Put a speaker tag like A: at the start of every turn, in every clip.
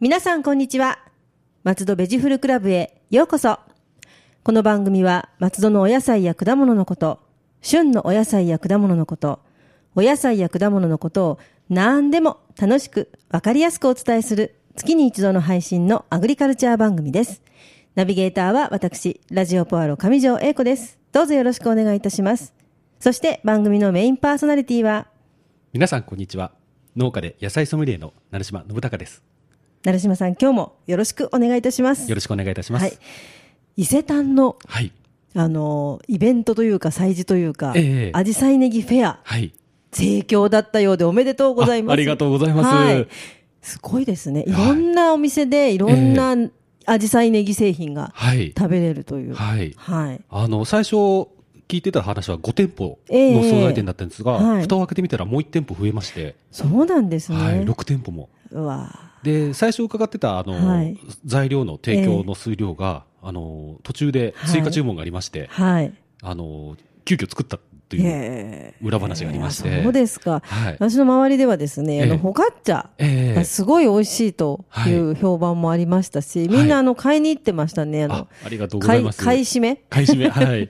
A: 皆さんこんにちは。松戸ベジフルクラブへようこそ。この番組は松戸のお野菜や果物のこと、旬のお野菜や果物のこと、お野菜や果物のことを何でも楽しくわかりやすくお伝えする月に一度の配信のアグリカルチャー番組です。ナビゲーターは私、ラジオポアロ上条英子です。どうぞよろしくお願いいたします。そして番組のメインパーソナリティは、
B: 皆さんこんにちは農家で野菜ソムリエの成島信孝です
A: 成島さん今日もよろしくお願いいたします。
B: よろしくお願いいたします
A: はい、伊勢丹の
B: はい
A: あのイベントというか祭事というか、
B: ええ
A: アジサイネギフェア
B: はい
A: 盛況だったようでおめでとうございます
B: あありがとうございます
A: はいすごいですねい
B: はい
A: ろんなお店でいろんなアジサイネギ製品が
B: はい
A: 食べれるというはい、
B: はいあの最初聞いてた話は5店舗の惣菜店だったんです
A: え
B: が、
A: えはい
B: 蓋を開けてみたらもう1店舗増えまして、
A: そうなんですね、
B: はい、6店舗も
A: うわ
B: で最初伺ってたあの、
A: はい
B: 材料の提供の数量が、あの途中で追加注文がありまして、
A: はい
B: あの急遽作ったという、
A: ええ
B: 裏話がありまして
A: いやそうですか、
B: はい
A: 私の周りではですね、あ
B: え
A: の
B: え
A: ホカッチャ
B: ええ
A: がすごい美味しいという評判もありましたし、みんなあの買いに行ってましたねあの
B: あありがとうござ
A: 買
B: い
A: い
B: ます
A: 買い占め
B: 買い占めはい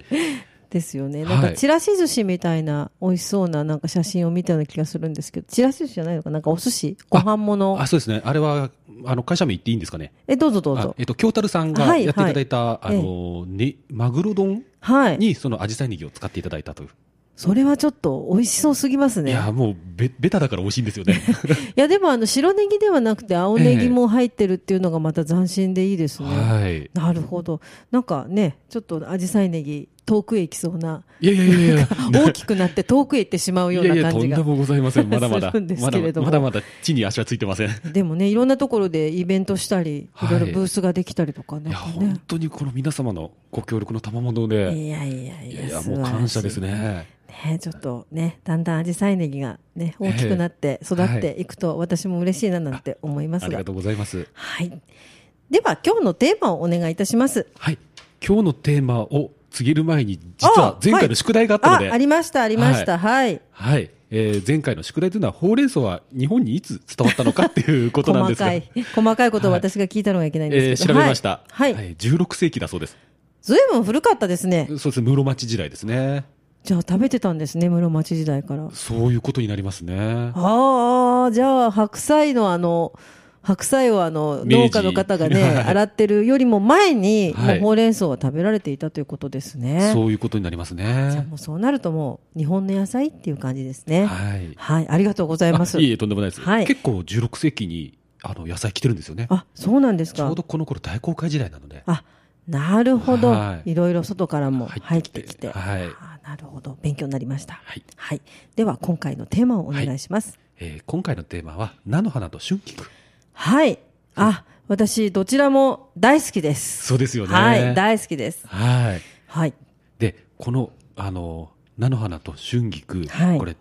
A: ですよね。
B: は
A: な
B: い
A: んか、ちらし寿司みたいな、美味しそうな、なんか写真を見たような気がするんですけど、ちらし寿司じゃないのかなんか、お寿司、ご飯物
B: あ。そうですね、あれはあの会社名言っていいんですかね、
A: え、どうぞどう
B: あ
A: ぞ
B: え。っと京樽さん
A: は
B: が
A: い
B: やっていただいた、
A: い
B: あのね、マグロ丼
A: はい。
B: にそのアジサイネギを使っていただいたという、
A: それはちょっと、美味しそうすぎます
B: い
A: ね。い
B: や
A: や、
B: もうべベタだから美味しいんですよ ね。
A: でも、あの、白ネギではなくて、青ネギも入ってるっていうのが、また斬新でいいですね。
B: はい、
A: なるほど。なんかね、ちょっと、アジサイネギ、遠くへ行きそうな、
B: いやいやいやいや
A: 大きくなって遠くへ行ってしまうよう
B: いやい
A: な
B: や
A: 感
B: と
A: じ
B: んで
A: が。
B: もございません、ま だまだ、
A: するんです
B: ま
A: け
B: だ
A: れども
B: まだまだ地に足はついてません。い
A: でもね、いろんなところでイベントしたり、いろいろブースができたりとかね。
B: や、
A: なんか
B: 本当にこの皆様のご協力の賜物
A: ね
B: で、
A: いやいやい
B: い
A: や
B: やいや、
A: 素晴
B: もう
A: らしい
B: 感謝ですね。
A: ね、ちょっとね、だんだんアジサイネギがね、大きくなって育っていくと、私も嬉しいななんて思います
B: あり
A: が
B: が。とうございます。
A: はい。では、今日のテーマをお願いいたします。
B: はい、今日のテーマを告げる前に、実は前回の宿題があったの
A: あ
B: で、、
A: ありました、ありました。はい。
B: はい、えー前回の宿題というのはほうれん草は日本にいつ伝わったのかっていうことなんで
A: 細
B: すが
A: かい、 細かいことを私が聞いたのがいけないん
B: え
A: で
B: ー
A: すけ
B: 調
A: ど。
B: べました、
A: はい。
B: は
A: はい
B: い、16世紀だそうです
A: ずいぶん古かったですね。
B: そうですね室町時代ですね
A: じゃあ食べてたんですね、室町時代から。
B: そういうことになりますね
A: ああ、じゃあ、白菜のあの、白菜をあの、農
B: 明治
A: 家の方が
B: はい
A: ね、洗ってるよりも前に、
B: はい
A: もうほうれん草は食べられていたということですね。
B: そういうことになります
A: じゃあ
B: ね
A: もうそうなるともう、日本の野菜っていう感じですね。はい。
B: はい
A: ありがとうございます。
B: あいえいえとんでもないです、
A: はい
B: 結構16世紀にあの野菜来てるんですよね
A: あ、そうなんです
B: ち
A: か。
B: ょうどこの頃大航海時代なので
A: あ、なるほど
B: は。い
A: いろいろ外からも入
B: 入
A: っ
B: ってて
A: き
B: き
A: て。
B: てはい
A: あなるほど。勉強になりました。
B: はい、
A: はい。では、今回のテーマをお願いします。
B: えー今回のテーマは菜の花と春菊
A: はい。あ、私、どちらも大好きです。
B: そうですよね
A: はい。大好きです。
B: はい
A: はい。
B: でこのあの菜の花と春菊、
A: はい
B: これ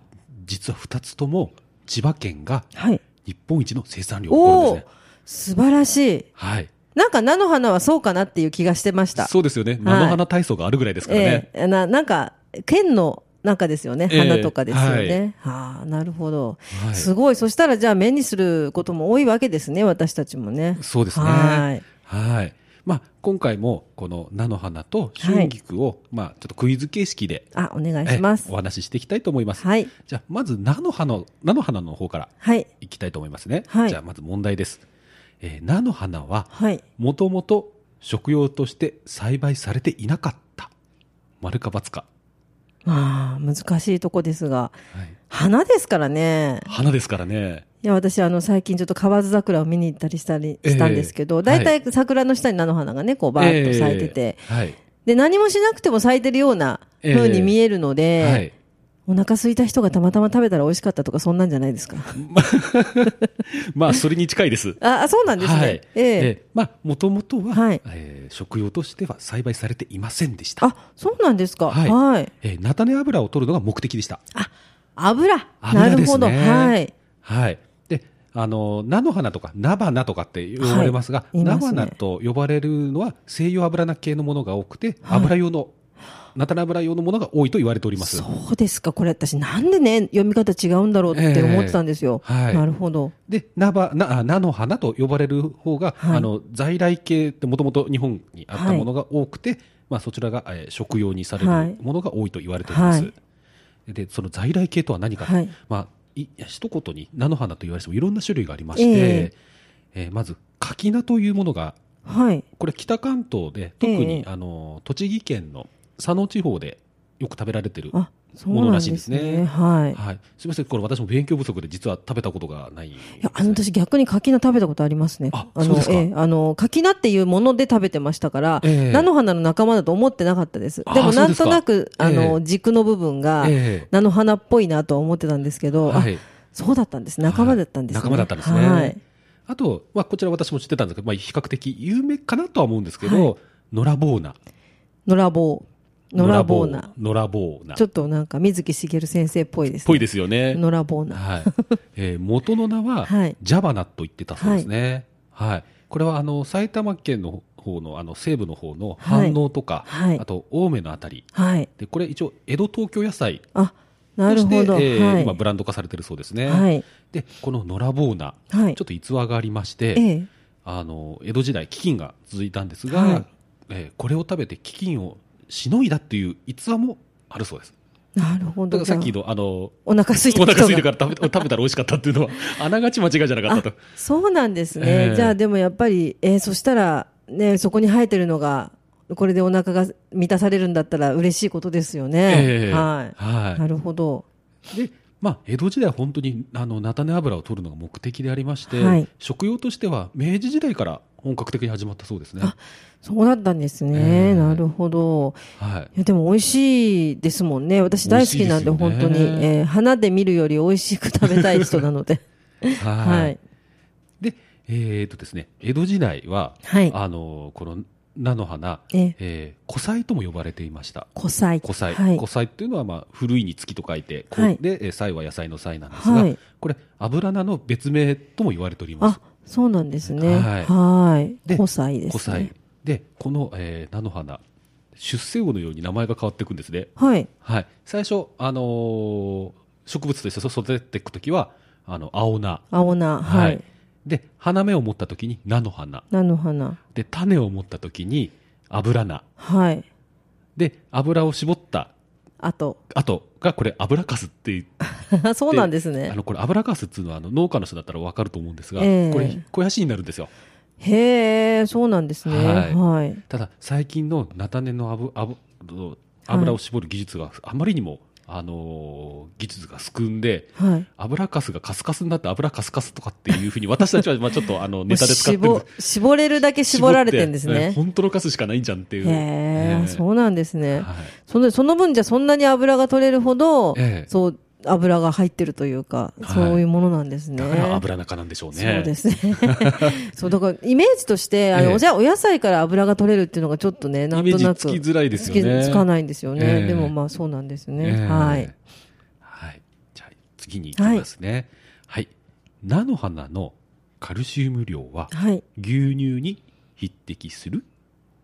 B: 実は2つとも千葉県が
A: はい。
B: 日本一の生産量を
A: お
B: 誇
A: お
B: るんですね。
A: 素晴らしい。
B: はい、
A: なんか菜の花はそうかなっていう気がしてました。
B: そうですよね、菜の花体操があるぐらいですからね、
A: ええななんか県の中ですよね
B: ええ
A: 花とかですよね、はあなるほど、
B: はい
A: すごいそしたらじゃあ目にすることも多いわけですね私たちもね
B: そうですね、
A: は
B: はいいまあ、今回もこの菜の花と春菊を、まあ、ちょっとクイズ形式で
A: あお願いします
B: えお話ししていきたいと思います。
A: はい
B: じゃあまず菜の花の菜の花の方から
A: はい
B: いきたいと思いますね、
A: はい
B: じゃあまず問題です、えー菜の花は
A: はい
B: もともと食用として栽培されていなかった。丸か×か。
A: まあ難しいとこですが花ですからね
B: 花ですからね。
A: いや私あの最近ちょっと河津桜を見に行ったりしたり
B: ええ
A: したんですけど、
B: はい
A: 大体桜の下に菜の花がねこうバーッと咲いてて、
B: えーはい。
A: で何もしなくても咲いてるような風に見えるので、
B: はい。
A: お腹空いた人がたまたま食べたら美味しかったとか、そんなんじゃないですか。
B: まあ、それに近いです。
A: あ、あそうなんですね。
B: はい。
A: ええ
B: ーまあ、もともとは、
A: はい
B: えー食用としては栽培されていませんでした。
A: あ、そうなんですか。は。
B: はいいえー菜種油を取るのが目的でした。
A: あ、油。な
B: 油
A: る
B: です
A: ほ
B: ね
A: ど。はい。
B: はい。で、あの、菜の花とか菜花とかって呼ばれますが、
A: はいいま
B: 菜
A: すね
B: 花と呼ばれるのは西洋油菜系のものが多くて、
A: はい
B: 油用の菜種油用のものが多いと言われております。
A: そうですか。これ私なんでね、読み方違うんだろうって思ってたんですよ。
B: ええはい
A: なるほど。
B: で、菜ばなあ菜の花と呼ばれる方が、
A: はい
B: あの在来系ってもともと日本にあったものが多くて、まあ、そちらが、えー食用にされ
A: はい
B: るものが多いと言われております。
A: は
B: で、その在来系とは何か、
A: はい
B: まあ、い一言に菜の花と言われてもいろんな種類がありまして、
A: え
B: えーまず柿菜というものが
A: はい。
B: これ北関東で特
A: え
B: に、
A: え
B: あの栃木県の佐野地方でよく食べられてる
A: あ、そうなんですね。
B: ものらしいですね
A: はい。
B: はい、すみません、これ、私も勉強不足で、実は食べたことがないんですね、
A: いや、あの、私逆に柿菜食べたことありますね。
B: あ
A: の、
B: そうですか
A: ええあの、柿菜っていうもので食べてましたから、
B: ええ
A: 菜の花の仲間だと思ってなかったです。
B: あ
A: でも
B: そ
A: な
B: うんです
A: と
B: か
A: なく、あの、
B: ええ
A: 軸の部分が、
B: ええ
A: 菜の花っぽいなとは思ってたんですけど、
B: はい
A: あ、そうだったんです。仲間だったんですね。
B: 仲間だったんですね。
A: はい。
B: あと、まあ、こちら私も知ってたんですけど、まあ、比較的有名かなとは思うんですけど、野良ボーナ。
A: 野良棒。野良棒な。
B: 野良ボーナ。
A: ちょ
B: っ
A: っとなんか水木しげる先生っぽいです
B: ぽ
A: ね。
B: いですよね。
A: 野良棒な。
B: はい。えー元の名は、
A: はい
B: ジャバナと言ってたそうですね。はい。これは、あの、埼玉県の方の、あの、西部の方の
A: はい
B: 反応とか、
A: はい
B: あと、青梅のあたり。
A: はい。
B: で、これ一応、江戸東京野菜
A: あ、な
B: と
A: る
B: して、え
A: ほど。
B: ー
A: はい
B: 今、ブランド化されてるそうですね。
A: はい。
B: で、この野良ボーナ、
A: はい
B: ちょっと逸話がありまして、
A: ええ。
B: あの江戸時代飢饉が続いたんですが、
A: はい
B: えーこれを食べて飢饉をしのいだっていう逸話もあるそうです
A: なるほど。
B: だからさっきのあの
A: お腹空いた人
B: お
A: が
B: 腹空いてから食べ 食べたら美味しかったっていうのはあながち間違いじゃなかったと
A: あそうなんですね、
B: ええ
A: じゃあでもやっぱり、えーそしたら、ね、そこに生えてるのがこれでお腹が満たされるんだったら嬉しいことですよね、
B: ええ
A: はい
B: はい
A: なるほど
B: でまあ、江戸時代は本当にあの菜種油を取るのが目的でありまして、
A: はい
B: 食用としては明治時代から本格的に始まったそうですね。
A: あそうだったんですね、
B: ええ
A: なるほど
B: はい
A: いやでも美味しいですもんね私大好きなんで
B: 美味しい
A: 本
B: です
A: 当
B: よ
A: に、
B: ね
A: えー花で見るより美味しく食べたい人なので
B: は い
A: はい
B: で、えーとですね、江戸時代は、
A: はい
B: あのこの菜の花、
A: ええ
B: えー、古菜とも呼ばれていました。
A: 古菜
B: 古菜、
A: はい
B: 古菜っていうのは、まあ、古いに月と書いて、こう
A: はい
B: で、えー菜は野菜の菜なんですが、
A: はい
B: これ、油菜の別名とも言われております
A: あ。そうなんですねは
B: はいい
A: はい
B: で
A: 古菜ですね
B: 古菜。で、この、えー菜の花、出世魚のように名前が変わっていくんですね。
A: はい
B: はい。最初、あのー植物として育てていくときは、あの、青菜。
A: 青菜はい、
B: で、花芽を持ったときに菜の花。
A: 菜の花
B: で、種を持ったときに油菜。
A: はい
B: で、油を絞った
A: あと
B: 後が、これ、油かすって言って、
A: そうなんですね
B: あのこれ油かすっていうのはあの農家の人だったらわかると思うんですが、
A: ええ
B: これ肥やしになるんですよ
A: へえ、そうなんですね。は。
B: はいい
A: はい。
B: ただ最近の菜種の油油油を絞る技術があまりにも、あのー技術がすくんで油かすがカスカスになって油カスカスとかっていうふうに私たちはまあちょっとあのネタで使って
A: もう
B: る
A: 絞絞れるだけ絞られてんです
B: 絞ってええ
A: ね。
B: 本当のカスしかないんじゃんっていう
A: へえ、そうなんです
B: う
A: ね。
B: はい、
A: そのその分じゃそんなに油が取れるほど、
B: ええ
A: そう、油が入ってるというか、
B: はい
A: そういうものなんですね。
B: だから油中なんでしょうね
A: そうですね。 そう、だから、イメージとして、あ
B: え
A: の、
B: え
A: おじゃ、お野菜から油が取れるっていうのがちょっとね、なんとなく。
B: イメージつきづらいですよね
A: つきつかないんですよね。
B: ええ
A: でも、まあ、そうなんですね。
B: ええ
A: はい。。
B: はい。じゃあ、次に行きますね。はい。菜の花のカルシウム量は
A: はい。
B: 牛乳に匹敵する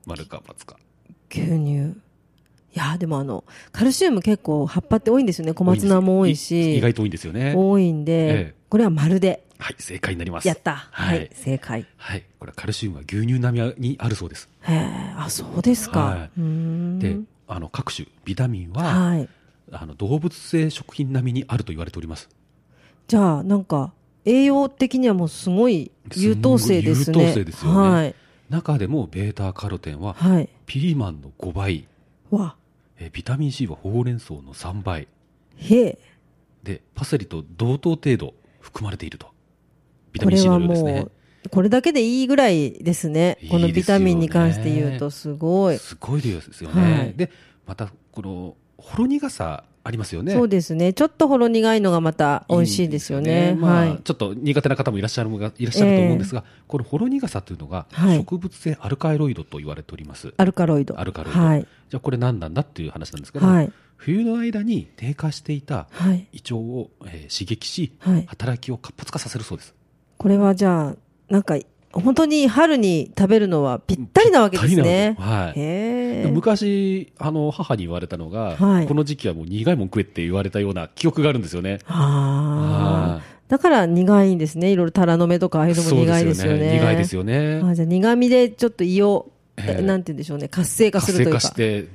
B: 丸か×か。
A: 牛乳いやーでもあのカルシウム結構葉っぱって多いんですよね小松菜も多いし
B: 意外と多いんですよね。
A: 多いんで、
B: ええ
A: これはまるで
B: はい、正解になります。
A: やったは、
B: はいい
A: 正解
B: はい。これはカルシウムは牛乳並みにあるそうです。
A: へえあそうですか、
B: はいう
A: ーん
B: で、あの、各種ビタミンは、
A: はい
B: あの、動物性食品並みにあると言われております。
A: じゃあなんか栄養的にはもうすごい優等生ですね
B: すごい優等生ですよね
A: はい
B: 中でも、ベータカロテンは、
A: はい
B: ピーマンの5倍、
A: わ
B: えビタミン C はほうれん草の3倍、
A: へえ
B: でパセリと同等程度含まれているとビタ
A: こ
B: ミン
A: れ
B: C
A: は
B: の量です
A: も
B: ね
A: うこれだけでいいぐらいですね
B: いいです
A: こ
B: よね
A: のビタミンに関して言うとすごい
B: すごい量ですよね、
A: はい
B: でまたこのほろ苦さありますよね
A: そうですねちょっとほろ苦いのがまた美味しいですよね
B: いいんですよまあ
A: はい
B: ちょっと苦手な方もいらっしゃるがいらっしゃると思うんですが、このほろ苦さというのが
A: はい
B: 植物性アルカイロイドと言われております、
A: アルカロイド。
B: アルカロイド
A: はい。
B: じゃあこれ何なんだっていう話なんですけど、
A: はい。
B: 冬の間に低下していた
A: はい。
B: 胃腸を、えー刺激し、
A: はい
B: 働きを活発化させるそうです
A: これはじゃあ、なんか、本当に春に食べるのはぴったりなわけですね。
B: ぴったりなわけはい
A: へえ。
B: 昔、あの、母に言われたのが、
A: はい
B: この時期はもう苦いもん食えって言われたような記憶があるんですよね。
A: ああ
B: は。
A: だから苦いんですね。いろいろタラの芽とかああいうのも苦いですよね。
B: 苦いですよね。
A: あじゃあ苦味でちょっと胃を、
B: ええ
A: なんて言うんでしょうね、活性化す
B: 活
A: るとい
B: 性
A: うか。
B: 化して、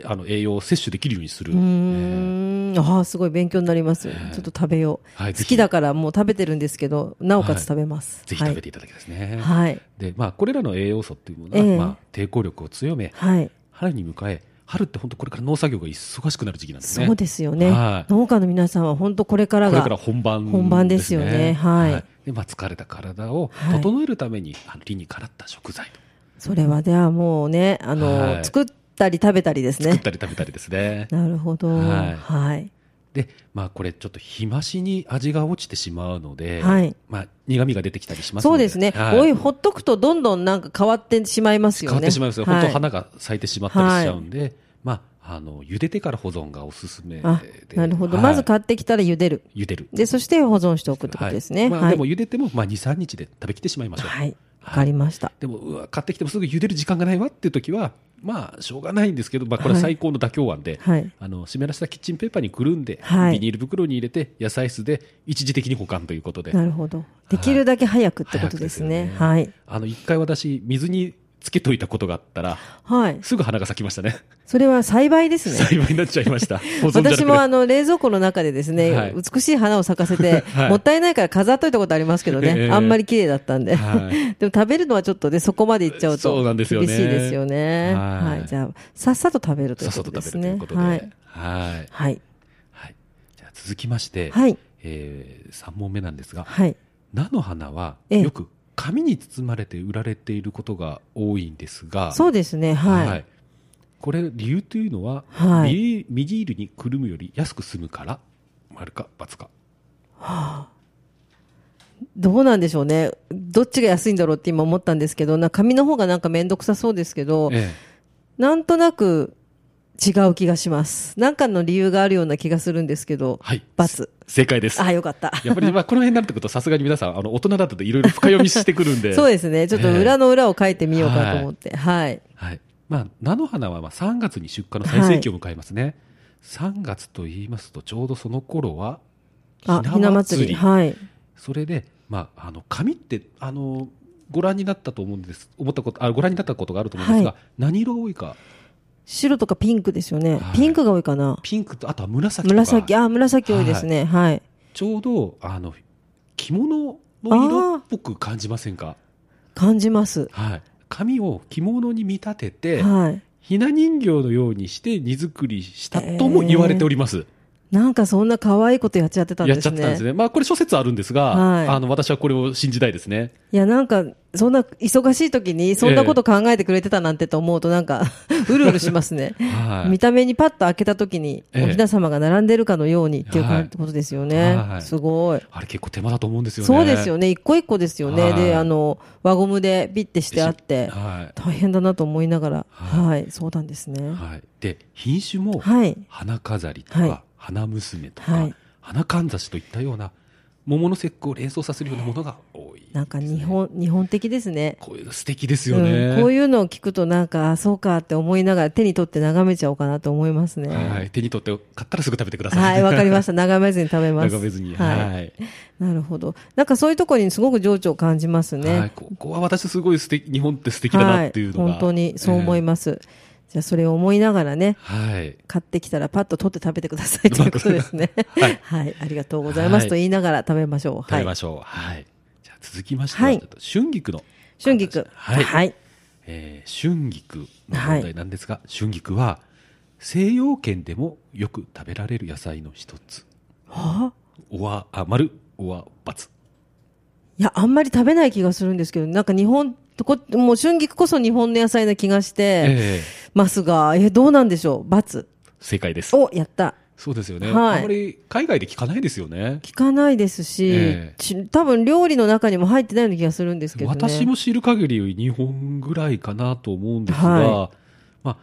B: で、あの、栄養を摂取できるようにする。
A: うーん。ああ、すごい勉強になります。ちょっと食べよう。
B: はい
A: 好きだからもう食べてるんですけど、なおかつ食べます。
B: ぜひ食べ
A: て。
B: ていただきたいですね。
A: はい。
B: で、まあ、これらの栄養素っていうものは、
A: ええ
B: まあ、抵抗力を強め、
A: はい。
B: 春に迎え、春って本当これから農作業が忙しくなる時期なんですね。
A: そうですよね
B: は。い
A: 農家の皆さんは本当これから
B: これから
A: が。
B: 本番です、
A: 本番ですよねはい
B: で、まあ、疲れた体を
A: はい
B: 整えるために、あの理にかなった食材と
A: それはではもうね、あ
B: は
A: の、
B: い
A: 作ったり食べたりです
B: 作っ
A: ね。
B: たり食べたりですね。
A: なるほど。
B: はい
A: はい。
B: で、まあ、これちょっと日増しに味が落ちてしまうので、
A: はい
B: まあ、苦味が出てきたりしますの
A: そうですね。
B: はい
A: おい、ほっとくとどんどんなんか変わってしまいますよ
B: 変
A: ね。
B: わってしまいますよ、
A: は
B: 本当、花が咲いてしまったりしちゃうんで、まあ、あの茹でてから保存がおすすめで、
A: あ、なるほど。
B: はい
A: まず買ってきたら茹でる。
B: 茹でる。
A: で、そして保存しておくってことですね。
B: はいまあ、
A: は
B: でも
A: い。
B: 茹でても、まあ、2、3日で食べきってしまいましょう。
A: はい。わかりました。
B: でもうわ買ってきてもすぐ茹でる時間がないわっていう時はまあしょうがないんですけど、まあ、これは最高の妥協案で、
A: はい
B: あの湿らしたキッチンペーパーにくるんで、
A: はい
B: ビニール袋に入れて野菜室で一時的に保管ということで
A: なるほど。できるだけ早くってことですね。は
B: 早く
A: い
B: ですよね。あの一回私水につけといたことがあったら
A: はい。
B: すぐ花が咲きまし たね
A: それは栽培ですね。
B: 幸いになっちゃいま した保存じゃなくて
A: 私もあの冷蔵庫の中でですね、
B: はい
A: 美しい花を咲かせて、
B: はい
A: もったいないから飾っといたことありますけど
B: え
A: ね、
B: え
A: あんまり綺麗だったんで、
B: は
A: でも食べるのはちょっとね、そこまでいっちゃう
B: そ
A: と
B: うな
A: 厳
B: んです
A: し
B: よ
A: い
B: ね
A: ですよね。は、
B: はいい
A: じゃあ、さっさと食べるという
B: さっさ
A: こと
B: 食
A: で
B: べる
A: すね
B: というこ。とで、は
A: はいい。はい。
B: はいじゃあ続きまして、
A: はい。
B: えー、3問目なんですが、
A: はい。
B: 菜の花は
A: ええ
B: よく紙に包まれて売られていることが多いんですが、
A: そうですね。
B: は
A: はい。
B: いこれ理由というのは、
A: はい
B: ビリビニールにくるむより安く済むから丸か×か
A: どうなんでしょうね。どっちが安いんだろうって今思ったんですけど、な紙の方がなんかめんどくさそうですけど、
B: え
A: なんとなく違う気がします。なんかの理由があるような気がするんですけど、
B: はい
A: ×
B: 正解です
A: あ、よかった。
B: やっぱりまあこの辺になってくるとさすがに皆さんあの大人だといろいろ深読みしてくるんで
A: そうですね。ちょっと裏の裏を書いてみようかと思って。はい。
B: はいまあ、菜の花はまあ3月に出荷の最盛期を迎えますね、3月と言いますとちょうどその頃は
A: あ、ひな祭り。はい。
B: それで、まあ、あの紙ってあのご覧になったと思うんです思ったことあご覧になったことがあると思うんですが、
A: は
B: 何色が多いか
A: 白とかピンクですよね。
B: はい
A: ピンクが多いかな。
B: ピンクとあとは紫とか
A: 紫、あ、紫多いですね。はい。
B: ちょうどあの着物の色っぽく感じませんか、
A: 感じます。
B: はい、紙を着物に見立てて、
A: はい。
B: ひな人形のようにして荷造りしたとも言われております、
A: なんかそんな可愛いことやっちゃってたん
B: や
A: で
B: っち
A: す
B: ゃってたんです
A: ね。
B: ね、まあ、これ諸説あるんですが、
A: はい
B: あの私はこれを信じたいですね
A: いや、なんか、そんな忙しい時にそんなこと考えてくれてたなんてと思うとなんか、 うるうるしますね。
B: はい
A: 見た目にパッと開けた時に、お
B: ええ
A: ひな様が並んでるかのようにっていう
B: はい
A: ことですよね
B: は。い
A: すごい。
B: あれ結構手間だと思うんですよね
A: そうですよね、一個一個ですよね、
B: はい
A: であの輪ゴムでビッてしてあって、
B: はい
A: 大変だなと思いながら、
B: は
A: はい、そうなんですね。
B: はい、で品種も
A: はい、
B: 花飾りと
A: はい
B: か花娘とか、
A: はい
B: 花かんざしといったような桃の節句を連想させるようなものが多いですね、
A: なんか日本日本的ですね。
B: こういうの素敵ですよね、
A: うん、こういうのを聞くと、なんか、あそうかって思いながら、手に取って眺めちゃおうかなと思いますね。
B: はい、手に取って買ったらすぐ食べてください
A: はい、わ、かりました。眺めずに食 べます。
B: 眺めずに
A: は。
B: はいい、
A: なるほど。なんかそういうところにすごく情緒を感じますね。
B: はいここは私すごい素敵日本って素敵だなっていうのが、
A: は本当にそう思い
B: ま
A: ます。じゃあ、それを思いながらね、
B: す、はい
A: 買ってきたらパッと取って食べてくださ いということですね。は
B: はいい、
A: ありがとうございます、
B: はい
A: と言いながら食べましょう。
B: 食
A: は
B: べ
A: い
B: ま。しょうはい、じゃあ続きまして
A: は
B: はいちょっと春菊の
A: 春菊。
B: はい、
A: はい。
B: えー春菊の問題なんですが、春菊は西洋圏でもよく食べられる野菜の一つ
A: はあ
B: おわあ丸おわバツ
A: いや、あんまり食べない気がするんですけど、なんか日本、こもう春菊こそ日本の野菜な気がして
B: ええ
A: ますが、え、どうなんでしょう×
B: 正解です
A: お、やった。
B: そうですよね、
A: はい
B: あんまり海外で聞かないですよね
A: 聞かないですし、
B: ええ
A: ち多分料理の中にも入ってないような気がするんですけどね。
B: 私も知る限り日本ぐらいかなと思うんですが、
A: は
B: まあ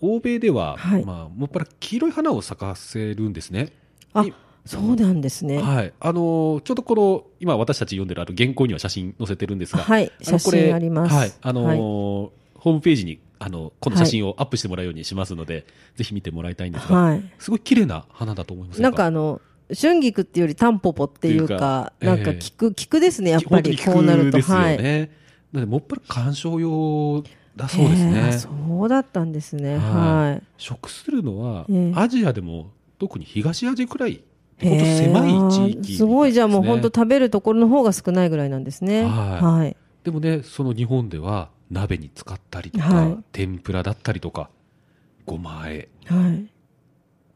B: 欧米では、
A: はい
B: まあ、もっぱら黄色い花を咲かせるんですね。
A: あ
B: い、
A: そうなんですね。
B: はい。あのーちょうどこの、今私たち読んでるあの原稿には写真載せてるんですが、
A: はい
B: あのこれ
A: 写真あります
B: はい。あのーホームページに、あの、この写真をアップしてもらうようにしますので、ぜひ見てもらいたいんですが、
A: はい。
B: すごい綺麗な花だと思います
A: なんかあの、春菊っていうよりタンポポっていうか、
B: っていうか
A: なんか菊、菊ですね、やっぱ
B: 本当
A: り。
B: に
A: こうなる
B: 菊
A: と。
B: ですよ
A: はい。
B: ね。なので、もっぱら観賞用だそうです
A: へ
B: ね
A: え。そうだったんですね。
B: はい
A: はい。
B: 食するのは、
A: ええ
B: アジアでも特に東アジアくらい本当狭い地域、
A: へえすごいじゃあもう本当食べるところの方が少ないぐらいなんですね。。
B: はいでもねその日本では鍋に使ったりとか、
A: はい
B: 天ぷらだったりとかごまあえ、
A: はい。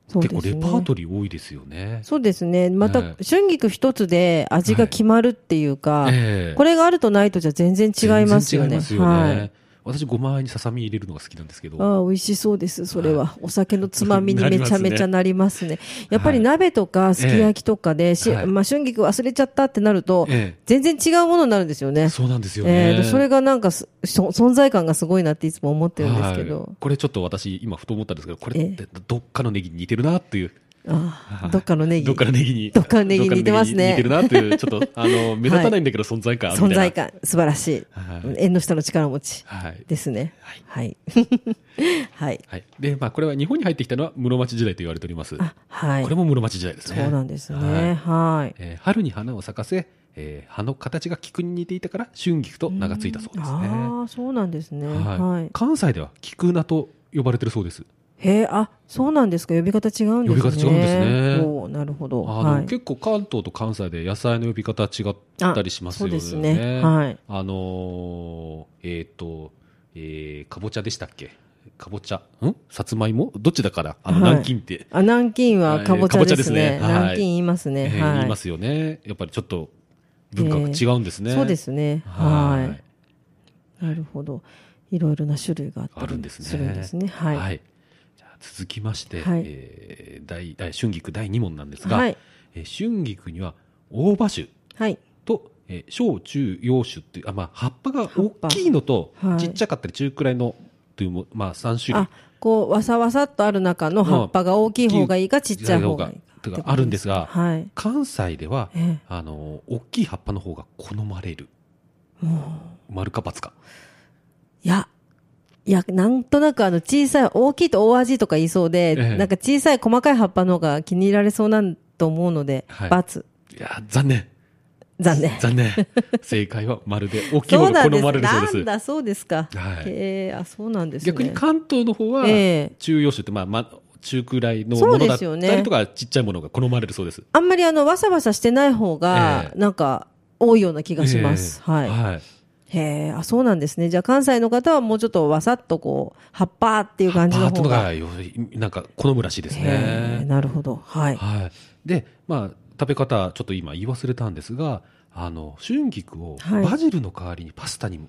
A: そう
B: 結
A: で
B: 構
A: す
B: レ
A: ね。
B: パートリー多いですよね
A: そうですね。また、
B: え
A: 春菊一つで味が決まるっていうか、
B: ええ
A: これがあるとないとじゃ全然違いますよね。
B: 全然違いますよね、
A: はい。
B: 私ごまあえにささみ入れるのが好きなんですけど
A: ああ、美味しそうです。それは、お酒のつまみにめちゃめちゃなります ね。やっぱり鍋とかすき焼きとかで、し
B: はい
A: まあ春菊忘れちゃったってなると、
B: え
A: 全然違うものになるんですよね
B: え。そうなんですよ
A: え
B: ね、
A: ーそれがなんかすそ存在感がすごいなっていつも思ってるんですけ
B: はい
A: ど、
B: これちょっと私今ふと思ったんですけどこれってどっかのネギに似てるなっていう
A: あ
B: は
A: あ
B: い
A: どっかのネギ
B: どっかのネギに。
A: どっかのネギに似てますね
B: どっかのネギに似てるなっていう、ちょっと、あの、目立たないんだけど存在感あるみ
A: 存
B: たい
A: 在
B: な。
A: 感素晴らしい、
B: はい
A: 縁の下の力持ち
B: はい。
A: ですね
B: はい
A: はい はい
B: はい。で、まあ、これは日本に入ってきたのは室町時代と言われております。
A: あはい
B: これも室町時代です
A: そ
B: ね。
A: うなんです
B: は
A: ね
B: い
A: はい
B: えー春に花を咲かせ、えー葉の形が菊に似ていたから春菊と名がついたそうですね。
A: ああそうなんですねはい、
B: はい。関西では菊菜と呼ばれてるそうです。
A: へえあそうなんですか呼び方違うんですね
B: 呼び方違うんですね
A: おーなるほど
B: あの
A: はい
B: 結構関東と関西で野菜の呼び方違ったりしますよね。
A: あそうですねはい
B: あのーえっ、と、えー、かぼちゃでしたっけかぼちゃ、んさつまいもどっちだからあの、
A: はい
B: 南京って、
A: あ南京はかぼちゃですね,、
B: えーかぼちゃですねはい
A: 南京言いますね、
B: えー
A: はい、
B: 言いますよね。やっぱりちょっと文化が違うんですね。
A: そうですね
B: はい。
A: はいなるほど。いろいろな種類があった
B: あるん
A: り
B: ですね。
A: するんですね。はい。はい。
B: じゃあ続きまして、
A: はい
B: えー第第春菊第2問なんですが、
A: はい。
B: えー春菊には大葉酒と、えー小中洋種っていうあ、まあ、葉っぱが大きいのと
A: 葉っぱはい
B: ちっちゃかったり中くらいのというも、まあ、3種類
A: あ、こう、わさわさっとある中の葉っぱが大きい方がいいか、ちっちゃい方がいい
B: と
A: か。
B: かあるんですが、
A: はい。
B: 関西では、
A: え
B: あの大きい葉っぱの方が好まれる
A: えも
B: 丸か×か
A: ういや、いや、なんとなくあの、小さい、大きいと大味とか言いそうで、
B: ええ
A: なんか小さい細かい葉っぱの方が気に入られそうなんと思うので、
B: はい
A: 罰。
B: いやー残念
A: 残念。
B: 残念正解はまるで大きい
A: そう
B: 方が
A: な
B: 好
A: んです。
B: まれる そうで
A: な
B: す
A: んだ、そうですか。
B: はい
A: へえあ、そうなんですね。
B: 逆に関東の方は、
A: ええ
B: 中洋種って、まあまあ、中くらいの
A: そ
B: も
A: う
B: の
A: で
B: だっ
A: す
B: た
A: よね
B: りとか、ちっちゃいものが好まれるそうです
A: あんまりあの、わさわさしてない方が
B: え、え
A: なんか、多いような気がします。
B: ええ
A: はい。へえ、あ、そうなんですね。じゃあ、関西の方はもうちょっとわさっとこう、葉っぱっていう感じ
B: パ
A: の
B: ート
A: 方
B: の
A: が。
B: がよなんか好むらしいです
A: へえ、
B: ね。
A: なるほど。はい。
B: はい、で、まあ、食べ方、ちょっと今言い忘れたんですが、あの春菊を
A: はい
B: バジルの代わりにパスタにも、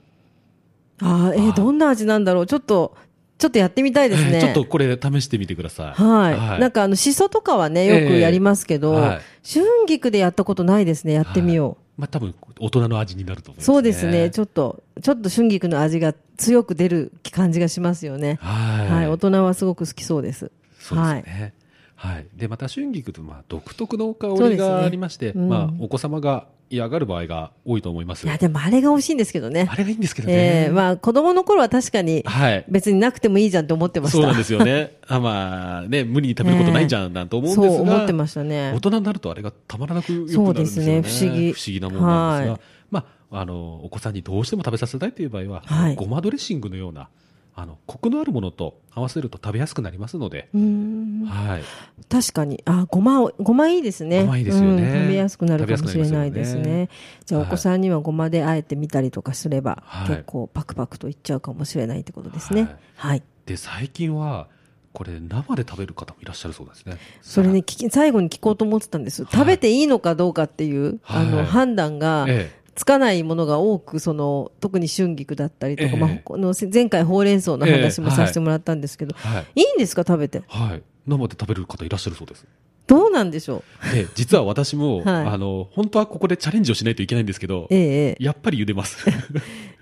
A: あーえ
B: は
A: ー、
B: い
A: どんな味なんだろう。ちょっと、ちょっとやってみたいですね。
B: ちょっとこれ、試してみてください。
A: はい。なん
B: か
A: かあの、しそとかはね、よくやりますけど、
B: ええはい
A: 春菊でやったことないですね。やってみよ。
B: まあ多分大人の味になると思いうます、
A: そうですね。ちょっと、ちょっと春菊の味が強く出る感じがしますよね。
B: はい、
A: はい。大人はすごく好きそうです。
B: そうですね。はい。で、また春菊と、まあ、独特の香
A: そうで
B: り
A: すね
B: がありまして、
A: うん
B: まあ、お子様が嫌がる場合が多いと思います。
A: いや、でもあれが美味しいんですけどね
B: あ。れがいいんですけど
A: え
B: ね。
A: えまあ、子供の頃は確かに、
B: はい。
A: 別になくてもいいじゃんって思ってました。
B: そうなんですよ ね。あまあ、ね、無理に食べることないじゃん、なんて思うんですが、
A: そう思ってましたね
B: 大。人になるとあれがたまらなく良くなるんですよね。
A: そうですね不思議
B: なものなんですが、
A: はい
B: まあ、あの、お子さんにどうしても食べさせたいという場合は、
A: はい
B: ごまドレッシングのような、あの、コクのあるものと合わせると食べやすくなりますので、
A: うーん
B: はい。
A: 確かに。あ、ごまを、ごまいいですね。
B: ごまいいですよね
A: うん食べやすくなるかもしれないです
B: 食べ
A: ね
B: や。
A: じゃあ、お
B: はい
A: 子さんにはごまであえてみたりとかすれば、
B: はい
A: 結構パクパクといっちゃうかもしれないってことですね。はい。
B: で最近はこれ生で食べる方もいらっしゃるそうなんですね
A: それね、聞き、最後に聞こうと思ってたんですよ。
B: はい
A: 食べていいのかどうかっていう、あ
B: は
A: の、
B: い
A: 判断が、
B: え
A: つかないものが多く、その、特に春菊だったりとか、
B: ええ
A: まあ、この前回ほうれん草の話も
B: ええ
A: させてもらったんですけど、
B: えは
A: い、
B: い、
A: いんですか食べて。
B: はい、生で食べる方いらっしゃるそうです
A: どうなんでしょう
B: で実は私
A: は
B: も、
A: い
B: あの本当はここでチャレンジをしないといけないんですけど
A: ええええ
B: やっぱり茹でます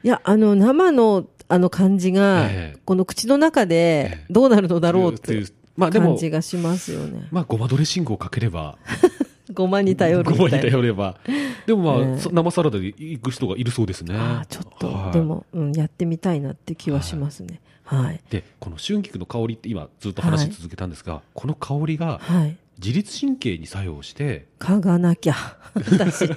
A: いや、あの、生の、あの感じが、
B: ええ
A: この口の中で
B: ええ、
A: どうなるのだろうって
B: い
A: いう
B: まあで
A: 感
B: も
A: じがしますよね。
B: まあごまドレッシングをかければ
A: ごまに頼るみ
B: ごまに
A: たいな。
B: 頼れば。でもまあ、
A: ね
B: そ生サラダで行く人がいるそうですね。
A: ああ、ちょっ
B: は
A: と、
B: い
A: でも、うん、やってみたいなって気はしますね。はい。
B: で、この春菊の香りって今ずっと話し続けたんですが、この香りが
A: はい。
B: 自律神経に作用して、
A: 嗅がな きゃ。私、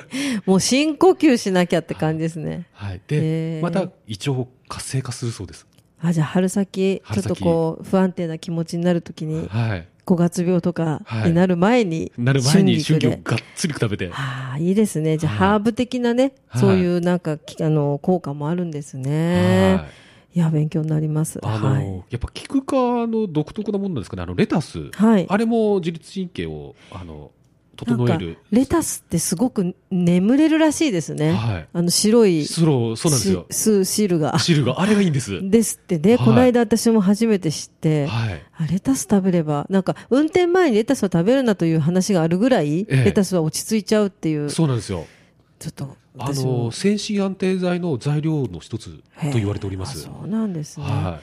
A: もう深呼吸しなきゃって感じですね。
B: はい。
A: へ
B: で
A: ー、
B: また胃腸を活性化するそうです。
A: あ、じゃあ春先、ちょ
B: 春
A: っと
B: 先
A: こう、不安定な気持ちになるときに、
B: はい。
A: 5月病とかになる前に、
B: なる前に春
A: 春菊で
B: 菊をがっつり食べて。
A: ああ、いいですね。じゃあ、
B: はい
A: ハーブ的なね、
B: はい
A: そういうなんか、きあの、効果もあるんですね。
B: はい
A: い、や、勉強になります。
B: あの、
A: はい。
B: やっぱ菊科の独特なものなんですかね、あのレタス、
A: はい。
B: あれも自律神経をあの整える、
A: レタスってすごく眠れるらしいですね。
B: はい、
A: あの、白い、
B: スロー、そうなんですよ、
A: しす汁が。
B: 汁が、あれがいいんです。
A: ですってね、
B: はい
A: この間私も初めて知って、
B: はい、
A: あレタス食べれば、なんか運転前にレタスを食べるなという話があるぐらい、
B: ええ
A: レタスは落ち着いちゃうっていう、ちょ
B: そうなんですよ。
A: っと
B: あ
A: 私も
B: の精神安定剤の材料の一つ
A: へえ
B: と言われております
A: あ。そうなんですね、
B: は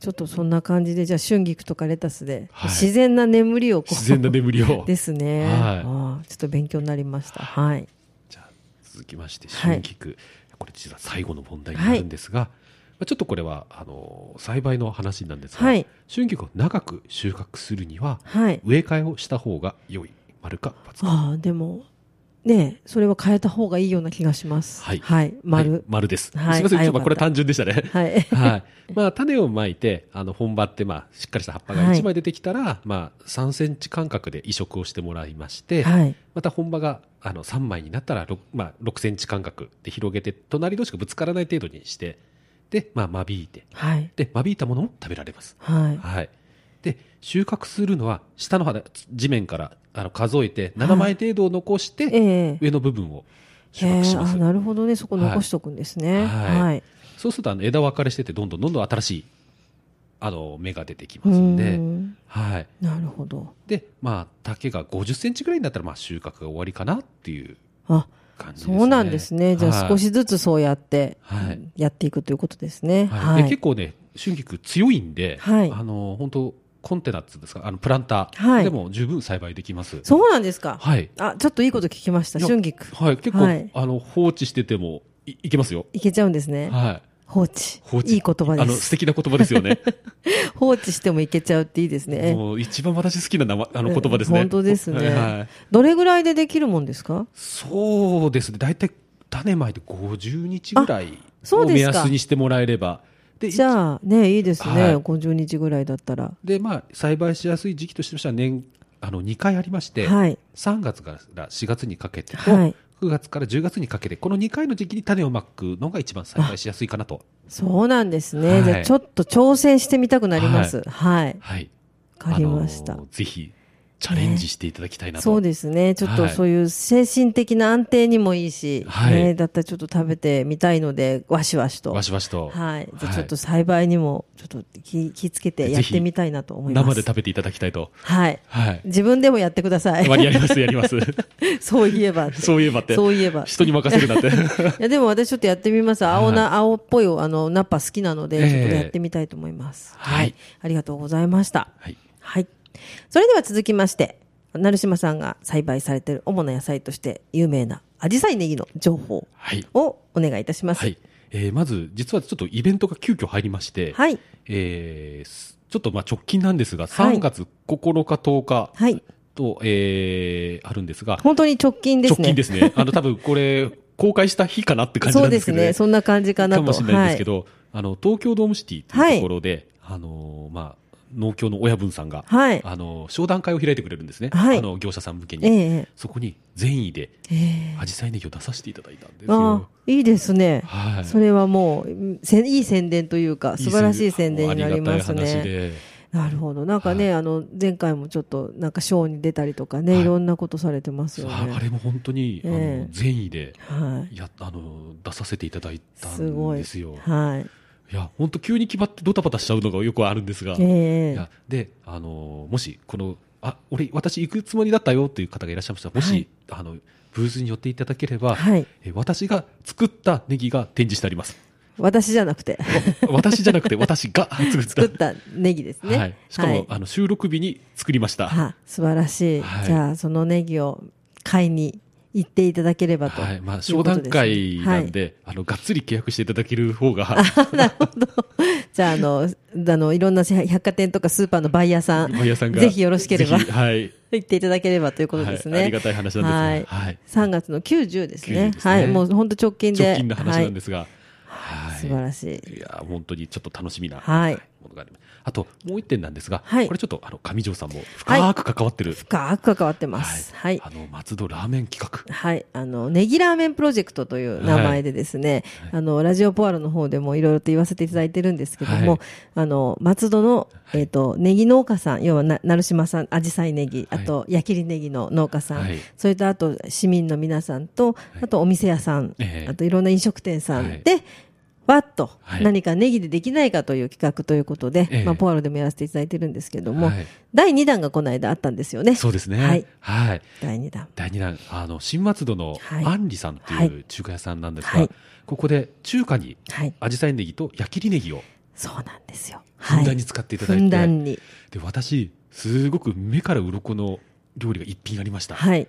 A: ちょっとそんな感じで、じゃあ春菊とかレタスで、
B: はい
A: 自然な眠りをこう。
B: い、自然な眠り を
A: ですね、
B: はい
A: ああちょっと勉強になりました。はい。
B: じゃあ続きまして
A: はい
B: 春菊、これ実は最後の問題になるんですが、まあちょっとこれはあの栽培の話なんですが、
A: はい。
B: 春菊を長く収穫するには
A: はい。
B: 植え替えをした方が良い丸か×か。
A: ああ、でも、ねえそれは変えた方がいいような気がします。
B: はい
A: はい。
B: はい
A: 丸。
B: 丸です。
A: はい
B: すみません、
A: あ
B: ちょ
A: よ
B: っ
A: かっ
B: と
A: た
B: これ単純でしたね。
A: はい。
B: はい。まあ、種をまいて、あの、本葉って、まあ、しっかりした葉っぱ
A: は
B: が
A: い
B: 1枚出てきたら、まあ、3センチ間隔で移植をしてもらいまして、
A: はい。
B: また本葉が、あの、3枚になったら、6, まあ、6センチ間隔で広げて、隣同士がぶつからない程度にして、で、まあ、間引いて、
A: はい。
B: で、間引いたものも食べられます。
A: はい。
B: はい。で、収穫するのは、下の葉で、地面から、あの、数えて、7枚程度を残して、
A: ええ
B: 上の部分を収
A: へえ
B: 穫しま
A: あ
B: す。
A: なるほどね、そこ残しとくんですね。
B: はい
A: はい。
B: そうするとあの枝分かれしててどんどんどんどん新しいあの芽が出てき
A: う
B: ますんで、
A: ん。
B: はい、
A: なるほど。
B: でまあ丈が50センチぐらいになったらまあ収穫が終わりかなっていう
A: あ、
B: 感じですね。
A: そうなんですね。じゃ
B: は
A: あ
B: い
A: 少しずつそうやって
B: はい
A: やっていくということですね。
B: はい
A: は
B: で
A: い。
B: 結構ね春菊強いんで、
A: はい
B: あの本当コンテナっつうんですかあのプランタ
A: は
B: ー
A: い
B: でも十分栽培できます。
A: そうなんですか。
B: はい
A: あ、ちょっといいこと聞きました。
B: いや
A: 春菊。
B: はい結構、
A: はい
B: あの放置しててもいいけますよ。
A: いけちゃうんですね。
B: はい。
A: 放置。
B: 放置
A: いい言葉
B: あ
A: で
B: の素
A: す。
B: 敵な言葉ですよね。
A: 放置してもいけちゃうっていいですね。
B: もう一番私好きな名前あの言葉ですね。
A: うん本当ですね
B: はい
A: どれぐらいでできるもんですか
B: そうですね、大体種まいて50日ぐらい
A: そう
B: を
A: で
B: 目
A: すか
B: 安にしてもらえれば、で
A: じ
B: い
A: ゃあ、ね、いいです
B: は
A: ね。
B: い
A: 50日ぐらいだったら。
B: で、まあ、栽培しやすい時期としては年あの2回ありまして、
A: はい。
B: 3月から4月にかけてと、
A: はい。
B: 9月から10月にかけて、この2回の時期に種をまくのが一番栽培しやすいかなと。
A: そうなんですね。
B: はい
A: じゃあ、ちょっと挑戦してみたくなります。はい。
B: はい、
A: わかりました
B: あ。のぜひチャレンジしていただきたいなと。
A: そうですね。ちょっと
B: はい
A: そういう精神的な安定にもいいし、
B: はい
A: ね、だったらちょっと食べてみたいので、わしわしと。
B: わしわしと、
A: はい。じゃあ
B: はい
A: ちょっと栽培にも、ちょっと気気つけてやってみたいなと思います。
B: 生で食べていただきたいと。
A: はい。
B: はい。
A: 自分でもやってください。
B: 割りやります、やります。
A: そういえばって。
B: そういえばって。
A: そういえば。
B: 人に任せるなって。
A: いや、でも私ちょっとやってみます。青な、青っぽい、あの、ナッパ好きなので、
B: ええ
A: ちょっとやってみたいと思います。
B: はい
A: ありがとうございました。
B: はい。
A: はい。それでは続きまして、成島さんが栽培されている主な野菜として有名なアジサイネギの情報
B: はい。
A: をお願いいたします。
B: はい。えーまず、実はちょっとイベントが急遽入りまして、
A: はい。
B: えーすちょっとまあ直近なんですが、
A: はい
B: 3月9日、10日
A: はい。
B: と、えーあるんですが、
A: 本当に直近ですね。
B: 直近で すね。あの、多分これ、公開した日かなって感じ
A: そ
B: な
A: うんで
B: です
A: す
B: けど、
A: ね。そんな感じかなと。
B: かもしれないんですけど、あの、東京ドームシティって
A: はいいう
B: ところで、あのーまあ、農協の親分さんが、
A: はい。はい。
B: あのー商談会を開いてくれるんですね。
A: はい
B: あの、業者さん向けに。
A: え
B: そこに善意で、
A: ええ
B: アジサイネギを出させていただいたんです
A: えああ
B: よ。、
A: いいですね。
B: はい。
A: それはもう、うんせんいい宣伝というか、素晴らしい宣伝になります
B: ありがたい話
A: ね。
B: で
A: なるほど。なんかね、あの、前回もちょっと、なんか賞に出たりとかね、、
B: はいい
A: ろんなことされてますよね。
B: ああれも本当に、あ
A: ええ
B: の善意で
A: はい。
B: やあの出させていただいた
A: すご
B: ん
A: い。
B: ですよ。
A: はい。
B: いや本当急に決まってドタバタしちゃうのがよくあるんですが、い
A: ええ
B: やであのもしこのあ俺私行くつもりだったよという方がいらっしゃいましたらもし、
A: はい
B: あのブースに寄っていただければ、
A: はい。
B: え私が作ったネギが展示してあります。
A: 私じゃなくて、
B: わ私じゃなくて私が作った。
A: 作ったネギですね。
B: はい、しかも、
A: はい
B: あの収録日に作りました。
A: は素晴らしい。
B: はい
A: じゃあ、そのネギを会に行っていただければと
B: はい。まあ、商談会なんで、あの、がっつり契約していただける方が、
A: なるほど。じゃあ、あの、あの、いろんな百貨店とかスーパーのバイヤーさん、
B: バイヤーさんが。
A: ぜひよろしければ
B: ぜひはい。
A: 行っていただければということですね。
B: はいありがたい話なんですが
A: は
B: はいい。
A: 3月の9、10ですね。
B: 9ですね
A: はい。もう本当直近で。、
B: 直近の話なんですすが、
A: はい
B: はい
A: 素晴らしい。
B: いやー本当にちょっと楽しみな、
A: はい
B: ものがあります。あと、もう一点なんですが、
A: はい
B: これちょっと、あの、上条さんも
A: はい
B: 深く関わってる。
A: 深く関わってます。はい。
B: あの、松戸ラーメン企画。
A: はい。あの、ネギラーメンプロジェクトという名前でですね、あの、ラジオポアロの方でもいろいろと言わせていただいてるんですけども、
B: はい
A: あの、松戸の、えっ、と、ネギ農家さん、要はな、成島さん、アジサイネギ、あ
B: はい
A: と、矢切ネギの農家さん、
B: はい
A: それとあと、市民の皆さんと、あと、お店屋さん、
B: ええ
A: あと、いろんな飲食店さん
B: はい
A: で、わっと
B: はい
A: 何かネギでできないかという企画ということで、
B: ええ
A: まあ、ポアロでもやらせていただいてるんですけども、
B: はい
A: 第2弾がこの間あったんですよね。
B: そうですね。
A: はい。
B: はい。
A: 第2弾。
B: 第2弾、あの、新松戸の
A: はい
B: アンリさんと
A: はい
B: いう中華屋さんなんですが、
A: はい
B: ここで中華に、
A: はい。
B: アジサイネギと矢切ネギを
A: そうなんですよ。
B: ふ
A: は
B: ん
A: い。
B: だんに使っていただ
A: ふ
B: い
A: ん
B: て、
A: だんに。
B: で、私、すごく目から鱗の料理が一品ありました。
A: はい。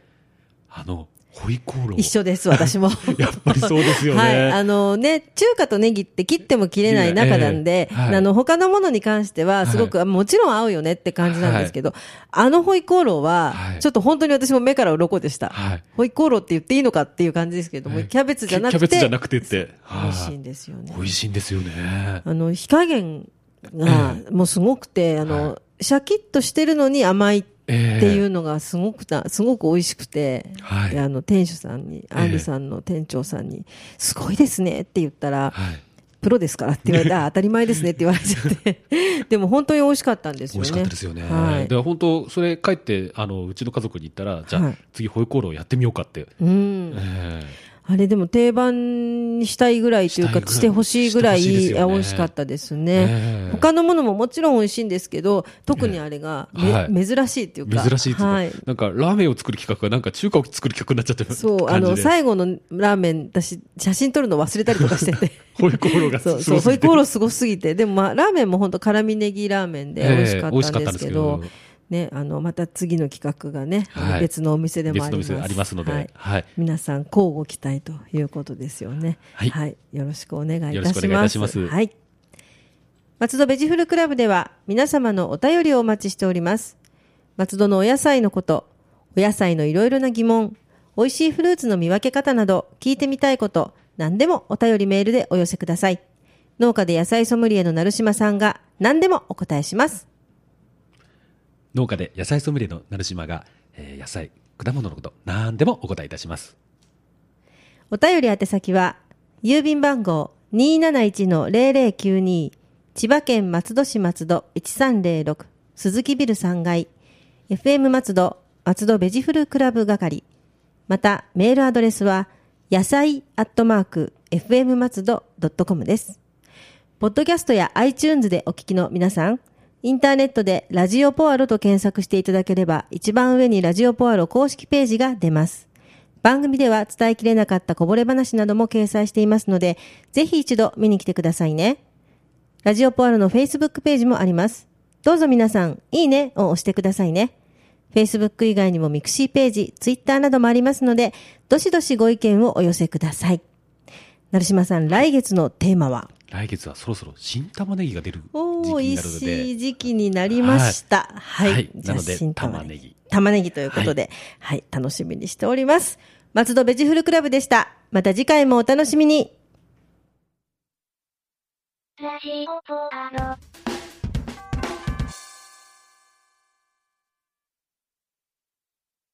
B: あの、ホイコーロー。
A: 一緒です、私 も。
B: やっぱりそうですよね。
A: はい。あのね、中華とネギって切っても切れない中なんで、
B: ええはい
A: あの、他のものに関しては、すごく、もちろん合うよねって感じなんですけど、あのホイコーローは、
B: はい
A: ちょっと本当に私も目から鱗でした。
B: はい。
A: ホイコーローって言っていいのかっていう感じですけれども、
B: はい
A: キャベツじゃなくて、
B: キャベツじゃなくてって。
A: 美味しいん
B: は
A: ですよ
B: い
A: ね。
B: 美味しいんですよね。
A: あの、火加減が、もうすごくて、あの、
B: は
A: シャキッとしてるのに甘い
B: え。
A: っていううのがすごくた、すごく美味しくて、
B: はい
A: であの店主さんに、
B: ええ
A: アンリさんの店長さんに、すごいですねって言ったら、
B: はい。
A: プロですからって 言われて、あ当たり前ですねって言われちゃって、でも本当に美味しかったんです
B: 美
A: よね。
B: 味しかったですよね。
A: は
B: だか
A: い。
B: ら本当、それ帰って、あの、うちの家族に言ったら、じゃ
A: は
B: あ
A: い、
B: 次ホイコーローやってみようかって。
A: うん。
B: え
A: あれでも定番にしたいぐらいという
B: した
A: か、
B: いぐらい
A: してほしいぐらい、
B: してほしいです
A: 美
B: よね
A: 味しかったです
B: え
A: ね。
B: ええ
A: 他のものももちろん美味しいんですけど、特にあれが、め
B: はい
A: 珍しいっていうか。
B: 珍しいですね、
A: はい。
B: なんか、ラーメンを作る企画が、なんか中華を作る企画になっちゃってる
A: そう、あ
B: 感
A: の、
B: じで。
A: 最後のラーメン、私、写真撮るの忘れたりとかしてて。
B: ホイコーローがす
A: そ
B: ご
A: う
B: す
A: そう、
B: ぎて
A: ホイコーローすごすぎて、でも、まあ、ラーメンも本当辛味ネギラーメンで美味しかったんですけど、
B: ええ
A: ね、あの、また次の企画がね、あの
B: はい
A: 別のお店でもあり
B: 別の
A: ます。
B: 店ありますの
A: は
B: で
A: い、
B: はい。
A: 皆さん、交互期待ということですよね。
B: はい
A: よろしくお願いいたします。
B: よろしくお願いいたします
A: はい。松戸ベジフルクラブでは、皆様のお便りをお待ちしております。松戸のお野菜のこと、お野菜のいろいろな疑問、美味しいフルーツの見分け方など、聞いてみたいこと、何でもお便りメールでお寄せください。農家で野菜ソムリエの成島さんが何でもお答えします。
B: 農家で野菜ソムリエの成島が、えー野菜、果物のこと、何でもお答えいたします。
A: お便り宛先は、郵便番号271-0092、千葉県松戸市松戸1306、鈴木ビル3階、FM 松戸、松戸ベジフルクラブ係。また、メールアドレスは、野菜アットマーク、FM 松戸 .com です。ポッドキャストや iTunes でお聞きの皆さん、インターネットでラジオポアロと検索していただければ、一番上にラジオポアロ公式ページが出ます。番組では伝えきれなかったこぼれ話なども掲載していますので、ぜひ一度見に来てくださいね。ラジオポアロの Facebook ページもあります。どうぞ皆さん、いいねを押してくださいね。Facebook 以外にもミクシーページ、Twitter などもありますので、どしどしご意見をお寄せください。成島さん、来月のテーマは
B: 来月はそろそろ新玉ねぎが出る時
A: お
B: 期
A: ー、
B: に
A: い
B: なるの
A: し
B: で
A: い、時期になりました。はい。
B: いはい
A: じゃあ
B: なので
A: 新
B: 玉ねぎ。
A: 玉ねぎということで、はい、楽しみにしております。松戸ベジフルクラブでした。また次回もお楽しみに。
C: ラジオポアロ。